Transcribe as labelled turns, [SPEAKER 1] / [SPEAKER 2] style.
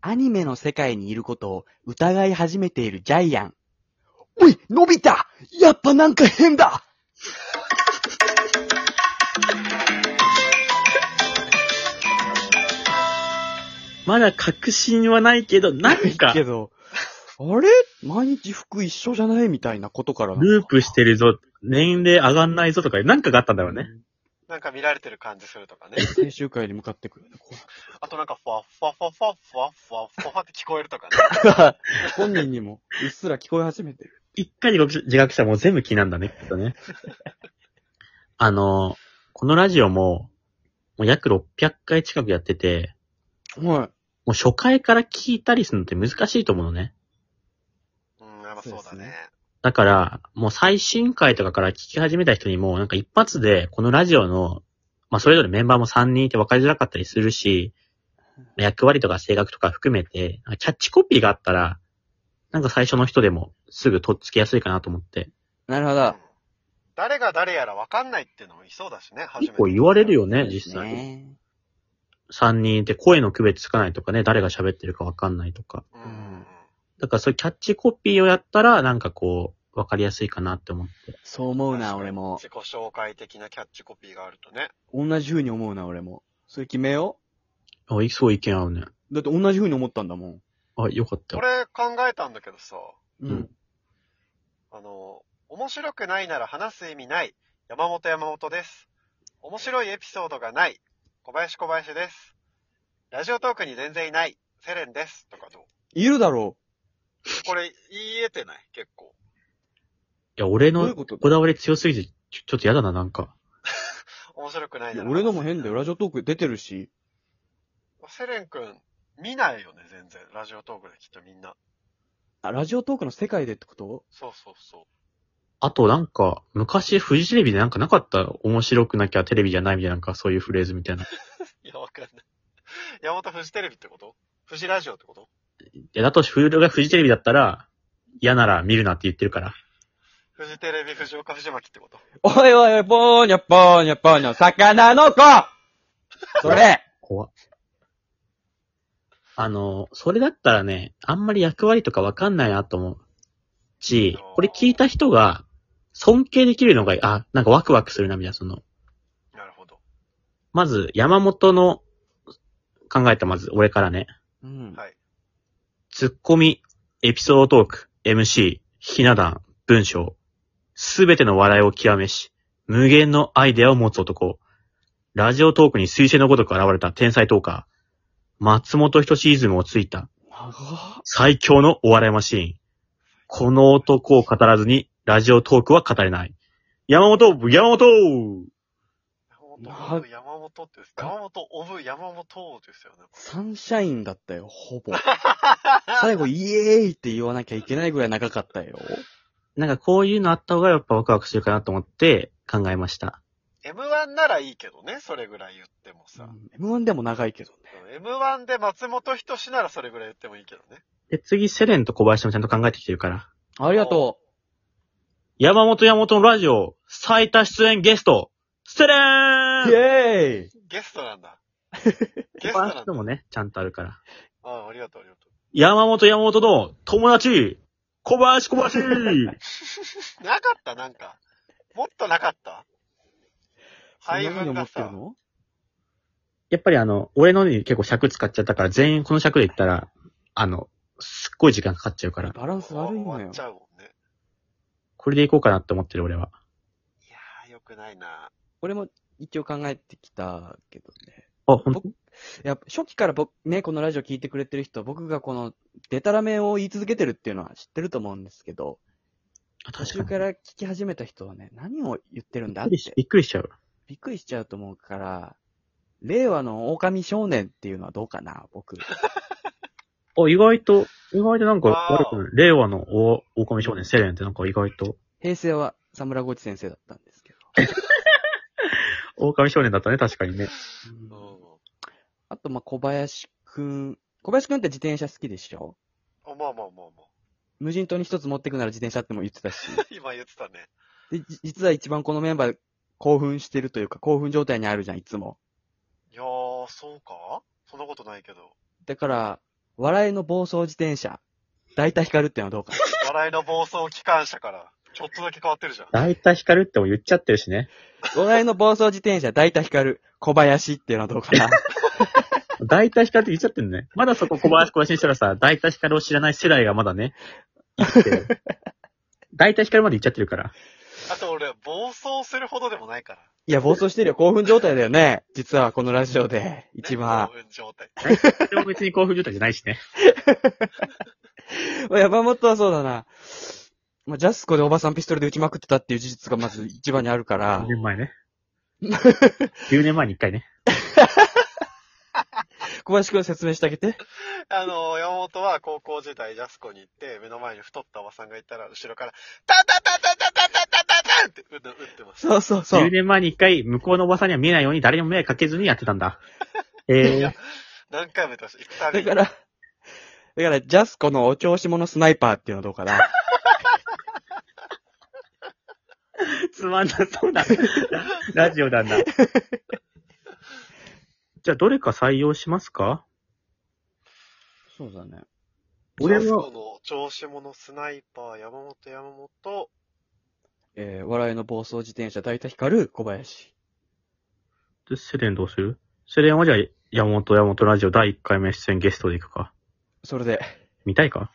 [SPEAKER 1] アニメの世界にいることを疑い始めているジャイアン。おい、のび太やっぱなんか変だ
[SPEAKER 2] まだ確信はないけど、なんか、
[SPEAKER 1] けど、あれ毎日服一緒じゃないみたいなことからな
[SPEAKER 2] ループしてるぞ、年齢上がんないぞとか、なんかがあったんだろうね。
[SPEAKER 3] なんか見られてる感じする とかね。
[SPEAKER 1] 最終回に向かってくる。こ
[SPEAKER 3] あとなんか、ふわっふわっふわっふわっふわっふわっふわって聞こえる とかね。
[SPEAKER 1] う本人にもうっすら聞こえ始めてる。
[SPEAKER 2] 一回自覚自覚したらもう全部気なんだね、きっと ね。あの、このラジオも、もう約600回近くやってて、
[SPEAKER 1] は
[SPEAKER 2] もう初回から聞いたりするのって難しいと思うのね。
[SPEAKER 3] うん、やっぱそうだ
[SPEAKER 1] そうです
[SPEAKER 3] ね
[SPEAKER 1] ね。
[SPEAKER 2] だから、もう最新回とかから聞き始めた人にも、なんか一発で、このラジオの、まあそれぞれメンバーも3人いて分かりづらかったりするし、役割とか性格とか含めて、キャッチコピーがあったら、なんか最初の人でもすぐとっつきやすいかなと思って。
[SPEAKER 1] い。なるほ
[SPEAKER 3] う
[SPEAKER 1] ど
[SPEAKER 3] ん。誰が誰やらわかんないっていうのもいそうだしね、初めて。
[SPEAKER 2] 結構言われるよね、実際。
[SPEAKER 1] ね
[SPEAKER 2] 3人いて声の区別つかないとかね、誰が喋ってるか分かんないとか。
[SPEAKER 3] うんうんうん。
[SPEAKER 2] だからそういうキャッチコピーをやったら、なんかこう、分かりやすいかなって思って。
[SPEAKER 1] そう思うな、俺も。
[SPEAKER 3] 自己紹介的なキャッチコピーがあるとね。
[SPEAKER 1] 同じ風に思うな、俺も。それ決めよ
[SPEAKER 2] あ、いそう意見合うね。
[SPEAKER 1] う。だって同じ風に思ったんだもん。
[SPEAKER 2] あ、よかった。
[SPEAKER 3] 俺考えたんだけどさ、
[SPEAKER 1] う
[SPEAKER 2] うん。
[SPEAKER 3] あの、面白くないなら話す意味ない、山本山本です。面白いエピソードがない、小林小林です。ラジオトークに全然いない、セレンです。とかどう
[SPEAKER 1] いるだろ
[SPEAKER 3] これ、言えてない結構。
[SPEAKER 2] いや、俺
[SPEAKER 1] う。どうい
[SPEAKER 2] の
[SPEAKER 1] うこと
[SPEAKER 2] こだわり強すぎて、ちょちょっと嫌だな、なんか。
[SPEAKER 3] 面白くない
[SPEAKER 1] い
[SPEAKER 3] な
[SPEAKER 1] や
[SPEAKER 3] ら。
[SPEAKER 1] 俺のも変だよ。ラジオトーク出てるし。
[SPEAKER 3] セレン君、見ないよね、全然。ラジオトークできっとみんな。
[SPEAKER 1] あ、ラジオトークの世界でってこと
[SPEAKER 3] そうそうそう。
[SPEAKER 2] あと、なんか、昔、フジテレビでなんかなかった、面白くなきゃテレビじゃないみたいな、なんかそういうフレーズみたいな。い
[SPEAKER 3] いや、わかんない。 山本フジテレビってことフジラジオってこと
[SPEAKER 2] や、だとし、フルがフジテレビだったら、嫌なら見るなって言ってるから。
[SPEAKER 3] フジテレビ、藤岡藤巻ってこと
[SPEAKER 1] おいおい、ぽーにゃぽーにゃぽーにゃ、魚の子それ
[SPEAKER 2] 怖っあの、それだったらね、あんまり役割とかわかんないなと思う。し、これ聞いた人が、尊敬できるのがいい。あ、なんかワクワクするな、みたいな、その。
[SPEAKER 3] なるほど。
[SPEAKER 2] まず、山本の、考えた、まず、俺からね。
[SPEAKER 1] うん。
[SPEAKER 3] はい。
[SPEAKER 2] ツッコミ、エピソードトーク、MC、ひな壇、文章。すべての笑いを極めし、無限のアイデアを持つ男。ラジオトークに彗星のごとく現れた天才トーカー。松本人志イズムをついた
[SPEAKER 1] 長っ
[SPEAKER 2] 最強のお笑いマシーン。この男を語らずに、ラジオトークは語れない。山本山本
[SPEAKER 3] 山本、山本って、山本、オブ、山本ですよね。
[SPEAKER 1] サンシャインだったよ、ほ ぼ。最後、イエーイって言わなきゃいけないぐらい長かったよ。
[SPEAKER 2] なんかこういうのあった方がやっぱワクワクするかなと思って考えました。
[SPEAKER 3] M1 ならいいけどね、それぐらい言ってもさ。
[SPEAKER 1] M1 でも長いけどね。
[SPEAKER 3] M1 で松本人志ならそれぐらい言ってもいいけどね。
[SPEAKER 2] で、次、セレンと小林もちゃんと考えてきてるから。
[SPEAKER 1] ありがと
[SPEAKER 2] 山本山本のラジオ、最多出演ゲスト、セレー
[SPEAKER 1] う。
[SPEAKER 2] ン
[SPEAKER 1] イエーイ
[SPEAKER 3] ゲストなん だ。ゲスト
[SPEAKER 2] バ
[SPEAKER 3] なん
[SPEAKER 2] ース
[SPEAKER 3] だ。
[SPEAKER 2] ト
[SPEAKER 3] うん、
[SPEAKER 2] もね、ちゃんとあるから。
[SPEAKER 3] ありがとう、ありがと
[SPEAKER 2] 山本山本の友達、小林小林
[SPEAKER 3] う。 なかった、なんか。もっとなかった。配
[SPEAKER 1] そん
[SPEAKER 3] 分
[SPEAKER 1] な
[SPEAKER 3] が
[SPEAKER 1] 風に
[SPEAKER 3] さ、
[SPEAKER 1] 思って
[SPEAKER 2] やっぱりあの、俺のに結構尺使っちゃったから、全員この尺で言ったら、あの、すっごい時間かかっちゃうから
[SPEAKER 1] るの、バランス悪いの
[SPEAKER 3] 終わ
[SPEAKER 1] よ
[SPEAKER 3] っち。ゃうもんね。
[SPEAKER 2] これでいこうかなって思ってる俺は。
[SPEAKER 3] いやー、よくないな
[SPEAKER 1] 俺も一応考えてきたけどね。
[SPEAKER 2] あ、ほんと
[SPEAKER 1] 僕やっぱ初期から僕、ね、このラジオ聞いてくれてる人、僕がこの、デタラメを言い続けてるっていうのは知ってると思うんですけど、
[SPEAKER 2] あ
[SPEAKER 1] 途
[SPEAKER 2] 確
[SPEAKER 1] 中
[SPEAKER 2] か
[SPEAKER 1] か
[SPEAKER 2] に。
[SPEAKER 1] ら聞き始めた人はね、何を言ってるんだっ、
[SPEAKER 2] びっくりしてびっくりしちゃう。
[SPEAKER 1] びっくりしちゃうと思うから、令和の狼少年っていうのはどうかな、僕。
[SPEAKER 2] あ、意外と、意外となんか
[SPEAKER 3] わー
[SPEAKER 2] 悪くない。令和のお狼少年セレンってなんか意外と、
[SPEAKER 1] 平成はサムラゴチ先生だったんですけど。
[SPEAKER 2] 狼少年だったね、確かにね。
[SPEAKER 3] うん。
[SPEAKER 1] あと、まあ、小林くん。小林くんって自転車好きでしょ
[SPEAKER 3] あ、まあまあまあま
[SPEAKER 1] 無人島に一つ持ってくなら自転車っても言ってたし。
[SPEAKER 3] あ。今言ってたね。
[SPEAKER 1] で、じ 実は一番このメンバー興奮してるというか、興奮状態にあるじゃん、いつも。
[SPEAKER 3] いやー、そうかそんなことないけど。
[SPEAKER 1] だから、笑いの暴走自転車、大田光ってのはどうかな。
[SPEAKER 3] 笑いの暴走機関車から、ちょっとだけ変わってるじゃん。
[SPEAKER 2] 大体光っても言っちゃってるしね。
[SPEAKER 1] 笑いの暴走自転車、大田光、小林っていうのはどうかな。
[SPEAKER 2] 大体光って言っちゃってるね。まだそこ小林小林にしたらさ、大体光を知らない世代がまだね、生 きてる。大体光まで言っちゃってるから。
[SPEAKER 3] あと俺、暴走するほどでもないから。
[SPEAKER 1] いや、暴走してるよ。興奮状態だよね。実はこのラジオで、
[SPEAKER 3] ね
[SPEAKER 1] 一番
[SPEAKER 3] 興。奮状態。
[SPEAKER 2] でも別に興奮状態じゃないしね。
[SPEAKER 1] まあ山本はそうだな。まあ、ジャスコでおばさんピストルで撃ちまくってたっていう事実がまず一番にあるから
[SPEAKER 2] 10。年 前ね。10年前に一回ね。
[SPEAKER 1] 小林くん説明してあげて。
[SPEAKER 3] あの、山本は高校時代ジャスコに行って、目の前に太ったおばさんがいたら、後ろから、タタタタタタタタタタって打ってました。
[SPEAKER 1] そうそうそ
[SPEAKER 2] 10
[SPEAKER 1] う。
[SPEAKER 2] 年前に一回、向こうのおばさんには見えないように誰にも迷惑かけずにやってたんだ。え ー、
[SPEAKER 3] 何回も言ってました。行くたび
[SPEAKER 1] だ
[SPEAKER 3] に
[SPEAKER 1] から、だから、ジャスコのお調子者スナイパーっていうのはどうかな。
[SPEAKER 2] つまんなそ うな、ラジオなんだ。じゃあ、どれか採用しますか
[SPEAKER 1] そうだね。
[SPEAKER 2] 俺
[SPEAKER 3] ジャス
[SPEAKER 2] は
[SPEAKER 3] コ、の調子者スナイパー、山本山本、
[SPEAKER 1] えー、笑いの暴走自転車、大田光、小林。
[SPEAKER 2] セレンどうするセレンはじゃあ、山本山本ラジオ第1回目出演ゲストで行くか。
[SPEAKER 1] それで、
[SPEAKER 2] 見たいか